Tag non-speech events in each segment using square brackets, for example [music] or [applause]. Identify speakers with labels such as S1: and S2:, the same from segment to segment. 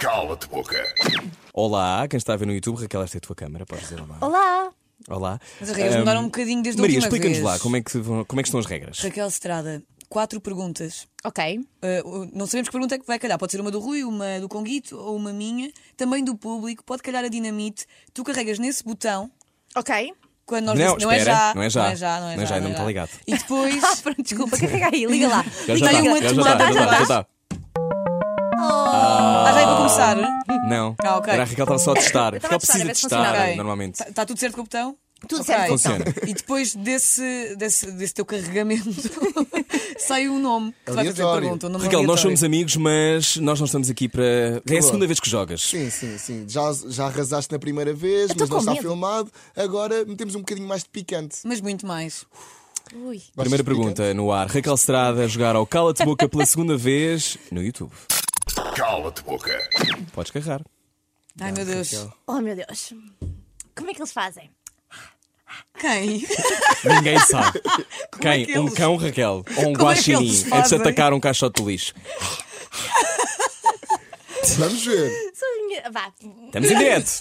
S1: Cala-te, boca.
S2: Olá, quem está a ver no YouTube, Raquel, esta é a tua câmara, podes dizer olá.
S3: Olá!
S4: Oh,
S2: Olá.
S4: As regras
S2: Ahm,
S4: mudaram um bocadinho desde a
S2: Maria,
S4: última
S2: explica-nos
S4: vez.
S2: lá como é, que, vão- como é que estão as regras.
S4: Raquel Estrada, quatro perguntas.
S3: Ok.
S4: Ah, o- não sabemos que pergunta é que vai calhar. Pode ser uma do Rui, uma do Conguito ou uma minha. Também do público. Pode calhar a dinamite. Tu carregas nesse botão.
S3: [laughs] Ok.
S4: Quando nós
S2: Não,
S4: é
S2: espera,
S4: já.
S2: não é já.
S4: Não é já, não é
S2: Não é já, ainda não está ligado.
S4: E
S3: [laughs]
S4: depois.
S3: Ah, Pronto, desculpa, carrega aí, liga lá.
S2: Já
S4: Liga
S2: já
S4: aí
S2: está,
S4: uma
S2: já já
S4: tomada,
S2: está, já
S4: já
S2: está,
S4: tá.
S2: já tá.
S4: está?
S2: está.
S4: Ah, já é para começar.
S2: Não,
S4: Ah, ok.
S2: era a Raquel estava só a testar.
S3: estava
S2: Raquel
S3: a testar, a
S2: precisa
S3: ver se
S2: testar,
S3: funcionava.
S2: tá, normalmente.
S4: Está Tá, tudo certo com o botão?
S3: Tudo
S4: Ok.
S3: certo então. com o botão.
S2: Funciona.
S4: E depois desse, desse, desse teu carregamento [laughs] sai um nome
S3: É
S4: que tu vais fazer a
S5: Aleatório.
S4: pergunta. Um nome
S2: Raquel, nós
S4: aleatório.
S2: somos amigos, mas nós não estamos aqui para. É a segunda vez que jogas.
S5: Sim, sim, sim. Já, já arrasaste na primeira vez,
S3: Eu tô
S5: mas não
S3: com
S5: está
S3: medo.
S5: filmado. Agora metemos um bocadinho mais de picante.
S4: Mas muito mais.
S3: Ui.
S2: Primeira
S5: Gostas de picante?
S2: pergunta no ar. Raquel Estrada a jogar ao Cala-te Boca pela segunda vez no YouTube.
S1: Cala-te, boca.
S2: Podes carregar.
S4: Ai meu Deus.
S3: Oh meu Deus. Como é que eles fazem?
S4: Quem? [laughs]
S2: Ninguém sabe. Quem?
S4: é que
S2: um
S4: eles-
S2: cão, Raquel. Ou um
S4: Como é que eles
S2: guaxinim. É, de se
S4: fazem?
S2: atacar um caixote de lixo.
S5: Vamos ver.
S3: Sou a minha- Vá.
S2: Estamos em direto.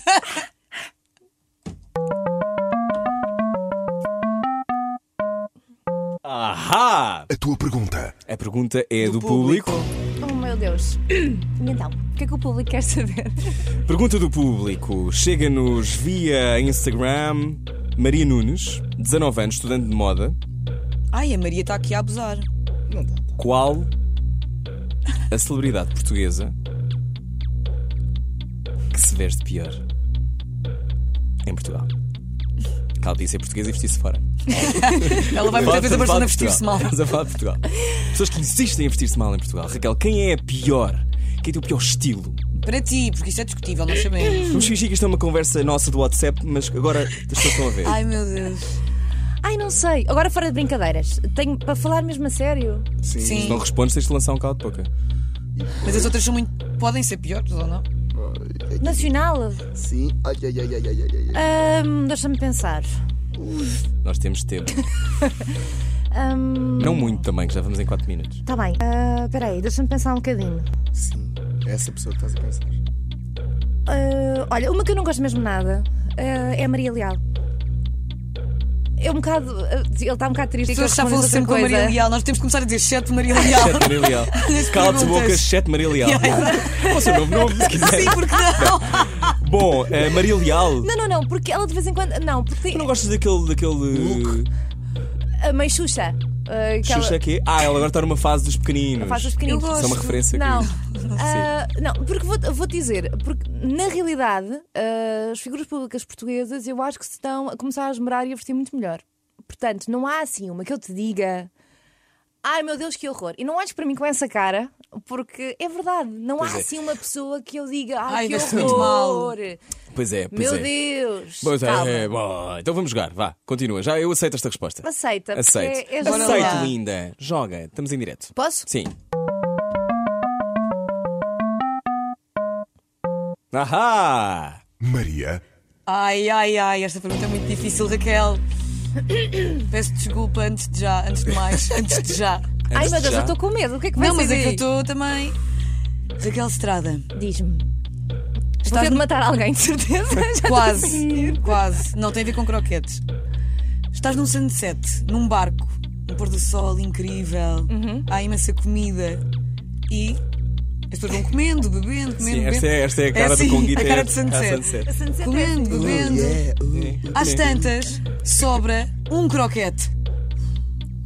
S2: Ahá!
S1: A tua pergunta.
S2: A pergunta é do, público.
S3: Oh meu Deus. E então, o que é que o público quer saber?
S2: Pergunta do público. Chega-nos via Instagram Maria Nunes, 19 anos, estudante de moda.
S4: Ai, a Maria está aqui a abusar.
S2: Qual a celebridade portuguesa que se veste pior em Portugal? Cal disse é portuguesa e vestir-se fora.
S4: Ela vai muitas vezes a
S2: Estamos falar
S4: Barcelona
S2: de
S4: vestir-se
S2: Portugal. [laughs]
S4: mal.
S2: Estamos a falar de Portugal. Pessoas que insistem em vestir-se mal em Portugal. Raquel, quem é a pior? Quem tem o pior estilo?
S4: Para ti, porque isto é discutível, nós sabemos.
S2: Vamos fingir que isto é uma conversa nossa do WhatsApp, mas agora as pessoas estão a ver.
S4: Ai meu Deus.
S3: Ai, não sei. Agora fora de brincadeiras. Tenho para falar mesmo a sério.
S5: Sim.
S4: Sim.
S2: Não respondes, tens de lançar um caldo de boca.
S4: Mas as outras são muito. podem ser piores ou não?
S3: Nacional.
S5: Sim. Ai, ai, ai, ai, ai, ai, ai.
S3: Ahm, Deixa-me pensar.
S2: Nós temos
S4: [laughs]
S2: tempo.
S4: Hum.
S2: Não muito também, que já vamos em 4
S4: [laughs]
S2: minutos.
S3: Tá bem. Ah, Espera aí, deixa-me pensar um bocadinho.
S5: Sim. É essa pessoa que estás a pensar.
S3: Ah, olha, uma que eu não gosto mesmo nada ah, é a Maria Leal. É um bocado. ah, ele está um bocado triste.
S4: As
S3: que eu
S4: pessoas já falam
S3: respondo
S4: sempre com a
S3: outra
S4: Maria
S3: coisa.
S4: Leal. Nós temos de começar a dizer exceto Maria Leal.
S2: 7 Maria Leal. Cala-te boca, 7 Maria
S4: [laughs]
S2: Leal. Pode ser o novo nome, se quiser.
S4: Sim, porque não?
S2: Bom, eh, Maria Leal.
S3: Não, não, não, porque ela de vez em quando. Não, porque
S2: Tu não gostas daquele. daquele
S5: Look.
S3: a mãe Xuxa. ah, que ela-
S2: Xuxa aqui? Ah, ela agora está numa fase dos pequeninos.
S3: Faz os pequeninos.
S4: Eu gosto.
S2: Isso é uma referência que- [laughs]
S3: Não,
S2: Sim.
S3: Ah, não porque vou- vou-te dizer, porque na realidade ah, as figuras públicas portuguesas eu acho que se estão a começar a esmerar e a vestir muito melhor. Portanto, não há assim uma que eu te diga. Ai meu Deus, que horror! E não olhes para mim com essa cara, porque é verdade, não há
S2: é.
S3: assim uma pessoa que eu diga ai,
S4: Ai,
S3: que
S4: veste muito mal.
S3: horror!
S2: Pois é, pois
S3: Meu
S2: é.
S3: Deus!
S2: Pois
S3: Calma.
S2: é, bom. Então vamos jogar, vá, continua. Já eu aceito esta resposta.
S3: Aceita, porque
S2: Aceito.
S3: é- é
S4: Bora
S2: aceito,
S4: lá.
S2: linda. Joga, estamos em direto.
S3: Posso?
S2: Sim. Ahá!
S1: Maria.
S4: Ai, ai, ai, esta pergunta é muito difícil, Raquel. Peço desculpa antes de já, antes de mais, antes de já.
S3: Ai
S2: Antes
S3: meu
S2: de
S3: Deus,
S2: já.
S3: eu estou com medo, o que é que vai
S4: Não, mas
S3: ser
S4: é que eu
S3: daí?
S4: estou também. Raquel Estrada,
S3: Diz-me. Vou
S4: Estás
S3: ter de
S4: no-
S3: matar alguém, de certeza. [laughs] Já estou a
S4: quase, quase. Não tem a ver com croquetes. Estás num sunset, num barco, um pôr do sol incrível,
S3: Uhum.
S4: há imensa comida e as pessoas vão comendo, bebendo, comendo.
S2: Sim, esta é,
S4: bebendo.
S2: esta é a cara
S4: assim,
S2: do Conguita.
S4: A
S2: é
S4: cara de sunset.
S2: a sunset.
S3: Sunset é
S4: Comendo,
S3: assim.
S4: bebendo.
S5: Yeah. Uh,
S4: Às tantas, sobra um croquete.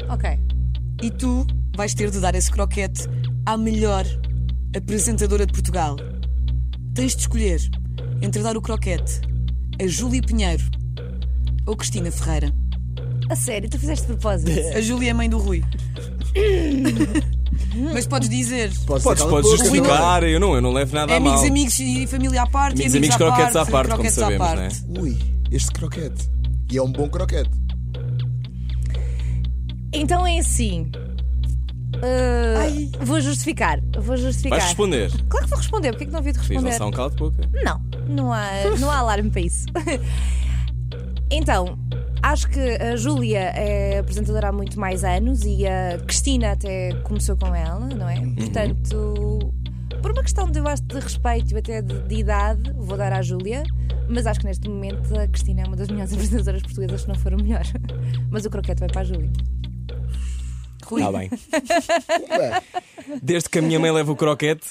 S3: Ok.
S4: E tu vais ter de dar esse croquete à melhor apresentadora de Portugal. Tens de escolher entre dar o croquete a Júlia Pinheiro ou Cristina Ferreira.
S3: A sério, tu fizeste de
S4: [laughs]
S3: propósito.
S4: A Júlia é mãe do Rui. Mas podes dizer. é
S2: Podes,
S5: Podes, sacar
S2: podes
S5: um pouco,
S2: justificar, eu não, eu não levo
S3: É
S2: nada a
S4: amigos,
S2: mal.
S4: amigos e família à parte.
S2: Amigos,
S4: e amigos,
S2: amigos, croquetes à
S4: à
S2: parte,
S4: parte,
S2: como
S4: croquetes à
S2: sabemos,
S4: parte.
S5: não é? Ui, este croquete. E é um bom croquete.
S3: Então é assim. Uh, vou justificar. Vou justificar.
S2: Vais responder.
S3: Claro que vou responder, porque é que não havia de
S2: Tens
S3: responder?
S2: lançar um calo de boca.
S3: Não, não há, não há alarme para isso. [laughs] Então, acho que a Júlia é apresentadora há muito mais anos e a Cristina até começou com ela, não é? Portanto, por uma questão de, eu acho, de respeito e até de, de idade, vou dar à Júlia, mas acho que neste momento a Cristina é uma das melhores [laughs] apresentadoras portuguesas, se não for a melhor. [laughs] Mas o croquete vai para a Júlia.
S4: Rui,
S2: Está é? Tá bem.
S5: Pumba.
S2: Desde que a minha mãe leva o croquete.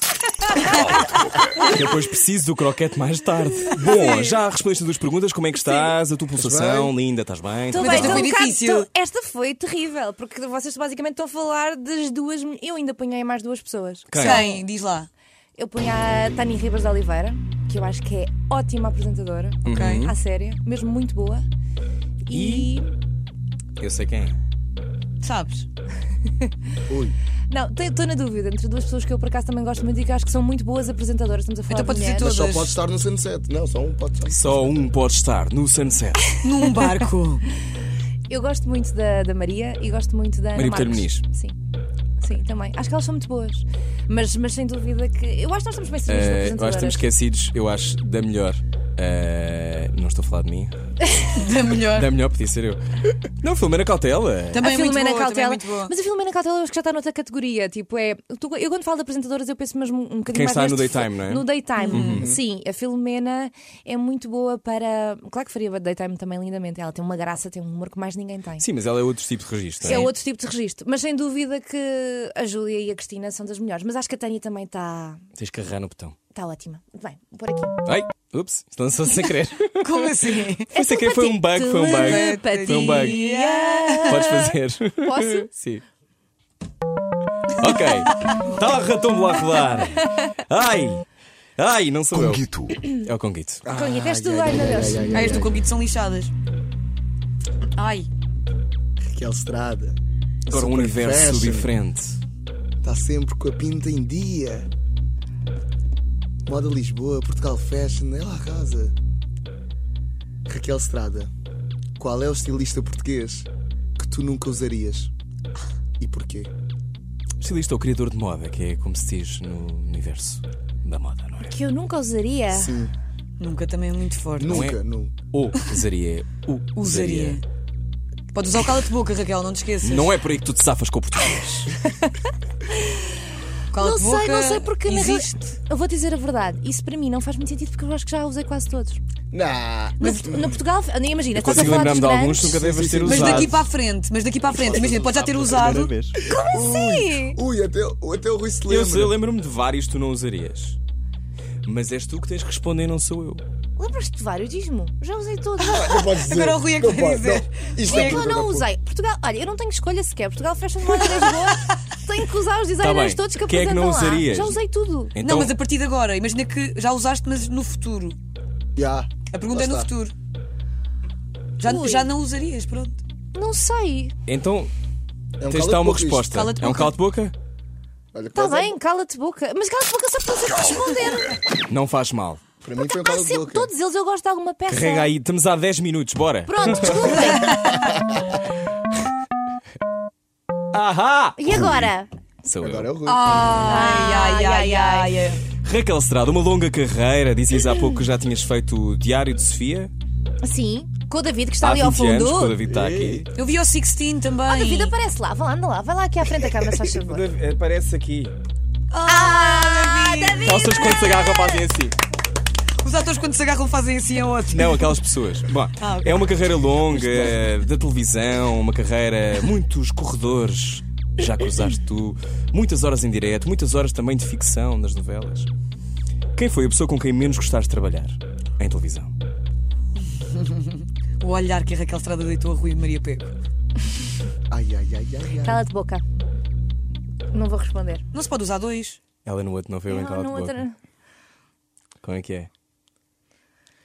S2: Depois preciso do croquete mais tarde. Bom, já respondeste as duas perguntas: como é que estás? A tua pulsação, linda, estás bem? é
S3: Tô
S2: Estás bem?
S4: bem, esta
S3: tô
S4: foi
S3: um bocado-
S4: difícil.
S3: tô- esta foi terrível, porque vocês basicamente estão a falar das duas. mul- Eu ainda apanhei mais duas pessoas.
S2: Quem?
S4: quem? Diz lá.
S3: Eu ponho a Tani Ribas de Oliveira, que eu acho que é ótima apresentadora,
S2: Uhum.
S4: Ok.
S3: à séria, mesmo muito boa. E.
S2: Eu sei quem é.
S4: Sabes?
S5: Ui.
S3: Não, estou na dúvida entre duas pessoas que eu por acaso também gosto muito e que acho que são muito boas apresentadoras. Estamos a falar
S4: Então
S3: de
S4: podes dizer
S3: mulheres.
S5: Mas só
S4: Todas.
S5: pode estar no sunset. Não, só um pode estar.
S2: Só um pode estar no Sunset.
S4: Num barco.
S3: Eu gosto muito da, da Maria e gosto muito da Ana
S2: Maria Botelho
S3: Marques.
S2: Muniz.
S3: Sim. Sim, também. Acho que elas são muito boas. Mas, mas sem dúvida que. Eu acho que nós estamos bem servidos
S2: Eh,
S3: de
S2: eu acho que
S3: apresentadoras.
S2: estamos esquecidos, eu acho, da melhor. Eh, não estou a falar de mim.
S4: da
S2: [laughs]
S4: melhor.
S2: Da melhor podia ser eu. Não, Filomena Cautela.
S4: Também é
S3: a
S4: muito
S3: Filomena
S4: boa, também
S3: Cautela.
S4: muito boa.
S3: Mas a Filomena Cautela eu acho que já está noutra categoria. Tipo, é. tu- eu quando falo de apresentadoras, eu penso mesmo um
S2: Quem
S3: bocadinho mais
S2: está no
S3: neste-
S2: daytime, não é?
S3: No daytime.
S4: Uhum.
S3: Sim, a Filomena é muito boa para. Claro que faria daytime também lindamente. Ela tem uma graça, tem um humor que mais ninguém tem.
S2: Sim, mas ela é outro tipo de registro. não
S3: É outro tipo de registro. Mas sem dúvida que a Júlia e a Cristina são das melhores. Mas acho que a Tânia também está
S2: Tens que agarrar no botão.
S3: tá ótima. Bem, por aqui. É
S2: Ai, ups, lançou sem querer.
S4: Como assim?
S2: Foi sem querer, foi um bug, foi um bug. Foi um bug. Podes fazer.
S3: Posso?
S2: Sim. Ok. Está o ratão lá a rodar. Ai. Ai, não sou eu.
S1: Conguito.
S2: É o Conguito.
S3: Conhece tu, ai meu Deus.
S4: Ah, este do convite são lixadas. Ai,
S5: Raquel Estrada.
S2: Agora um
S5: Super
S2: universo
S5: fashion.
S2: diferente.
S5: Está Tá sempre com a pinta em dia. Moda Lisboa, Portugal Fashion, é lá a casa. Raquel Estrada, qual é o estilista português que tu nunca usarias? E porquê?
S2: Estilista ou criador de moda, que é como se diz no universo da moda, não é?
S3: Que eu nunca usaria.
S5: Sim,
S4: nunca também é muito forte.
S5: nunca, nunca.
S2: Ou usaria. Ou
S4: Usaria. Podes usar o cala-te-boca, Raquel, não te esqueças.
S2: Não é por aí que tu te safas com o português.
S3: Não
S4: Cala-te-boca
S3: sei, não sei porque na real-
S4: existe.
S3: Eu vou dizer a verdade. Isso para mim não faz muito sentido porque eu acho que já usei quase todos.
S5: Nah.
S3: No, no Portugal, nem imagina,
S2: Eu
S3: estás a
S2: consigo
S3: falar dos
S2: lembrar-me de alguns
S3: grandes.
S2: que nunca deves ter
S4: Mas
S2: usado.
S4: daqui para a frente, mas daqui para a frente, imagina, podes já ter usado.
S3: Sim!
S5: Ui, até, até o Rui se
S2: Eu, sei, eu
S5: lembra.
S2: lembro-me de vários que tu não usarias. Mas és tu que tens que responder, não sou eu.
S3: Lembras-te de vários, diz-me. Já usei todos.
S5: Não podes dizer.
S4: Agora o Rui é que
S5: Não
S4: vai
S5: pode,
S4: dizer.
S5: não. Isto
S3: Porquê
S5: é
S3: é que eu
S5: pergunta
S3: não
S5: da
S3: usei? Portugal, olha, eu não tenho escolha sequer. Portugal Fashion Moda Lisboa.
S2: [laughs]
S3: Tenho que usar os
S2: Tá
S3: designers
S2: bem.
S3: todos que
S2: Quem é que
S3: apresentam
S2: não
S3: lá.
S2: usarias?
S3: Já usei tudo.
S2: Então,
S4: Não, mas a partir de agora, imagina que já usaste, mas no futuro.
S5: puta. Já.
S4: A pergunta
S5: Lá
S4: é no
S5: está.
S4: futuro. Já,
S3: Ui.
S4: já não usarias, pronto.
S3: Não sei.
S2: então
S5: É um
S2: tens de dar uma
S5: cala-te-boca isto.
S2: resposta.
S4: Cala-te
S2: É um
S4: boca.
S2: cala-de-boca?
S5: Olha,
S3: Está
S5: quase é-
S3: Tá bem, cala-te boca. Mas cala-te boca só para você responder.
S2: Não faz mal.
S5: Para mim
S3: Está
S5: foi um
S3: Então sempre,
S5: cala-boca.
S3: todos eles eu gosto de alguma peça.
S2: Carrega aí, estamos há 10 minutos, bora.
S3: Pronto,
S2: [laughs]
S3: desculpem.
S2: Ahá!
S3: E agora?
S2: Sou
S5: Agora é
S2: eu.
S5: o Rui.
S4: Ai, ai, ai, ai.
S2: Raquel Estrada, uma longa carreira. Dizias há pouco que já tinhas feito o Diário de Sofia.
S3: Sim, com o David que está
S2: Há
S3: ali ao
S2: 20 anos,
S3: fundo.
S2: que o David está tá aqui.
S4: Eu vi o 16 também.
S3: O David aparece lá, vai lá, anda lá, vai lá aqui à frente da câmara, se faz [laughs] favor.
S2: Aparece aqui.
S4: Ah, David.
S2: Calças quando se agarram fazem assim.
S4: Os atores quando se agarram fazem assim a outro.
S2: Não, aquelas pessoas. Bom,
S4: Ah, ok.
S2: é uma carreira longa da televisão, uma carreira, muitos corredores. Já cruzaste tu, muitas horas em direto, muitas horas também de ficção nas novelas. Quem foi a pessoa com quem menos gostaste de trabalhar em televisão?
S4: O olhar que a Raquel Estrada deitou a Rui Maria Pego.
S5: Ai, ai, ai, ai, ai.
S3: Cala-te boca. Não vou responder.
S4: Não se pode usar dois.
S2: Ela no outro não foi bem
S3: Não,
S2: calado
S3: não,
S2: de boca.
S3: outra-
S2: Como é que é?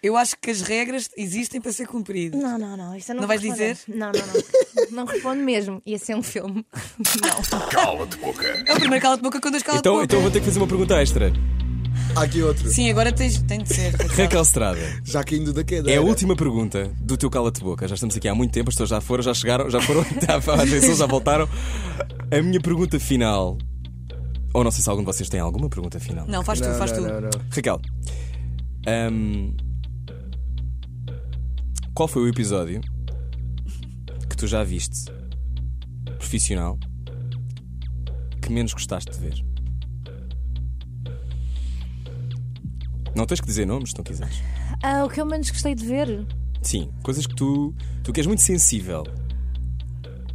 S4: Eu acho que as regras existem para ser cumpridas.
S3: não, não, não, isso eu não
S4: Não
S3: vou
S4: vais
S3: responder.
S4: dizer?
S3: Não, não, não. Não respondo mesmo. Ia ser um filme. [laughs] Não.
S1: Cala-te boca.
S4: É o primeiro cala de boca com dois cala de
S2: Então,
S4: boca.
S2: então vou ter que fazer uma pergunta extra.
S5: Há aqui outro.
S4: Sim, agora tens, tem de ser. Raquel.
S2: Raquel Estrada,
S5: Já caindo da queda.
S2: é a última pergunta do teu cala-te-boca. Já estamos aqui há muito tempo, as pessoas já foram, já chegaram, já foram [laughs] à atenção, já voltaram. A minha pergunta final. Ou não sei se algum de vocês tem alguma pergunta final.
S4: Não, faz tu,
S5: Não,
S4: faz
S5: não,
S4: tu.
S5: não, não.
S2: Raquel, hum, qual foi o episódio que tu já viste profissional que menos gostaste de ver? Não tens que dizer nomes se não quiseres.
S3: Ah, o que eu menos gostei de ver.
S2: Sim, coisas que tu. Tu que és muito sensível.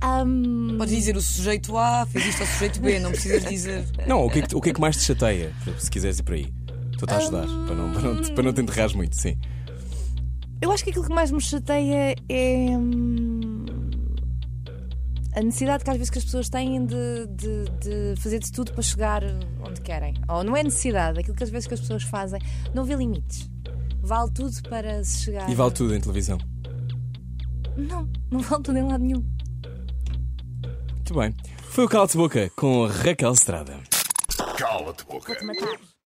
S3: Ahm,
S4: Podes dizer o sujeito A fez isto ao sujeito B, não precisas dizer.
S2: Não, o que é que, tu- o que, é que mais te chateia? Se quiseres ir por aí. Estou-te a ajudar, para, não, para, não te, para não te enterrares muito, sim.
S3: eu acho que aquilo que mais me chateia é. hum, a necessidade que às vezes que as pessoas têm de, de- de fazer de tudo para chegar onde querem. Ou não é necessidade, aquilo que às vezes que as pessoas fazem. Não vê limites. Vale tudo para se chegar.
S2: E vale tudo em televisão.
S3: Não, não vale tudo em lado nenhum.
S2: Muito bem. Foi o Cala de Boca com a Raquel Estrada.
S1: Cala-te boca.
S3: Matar.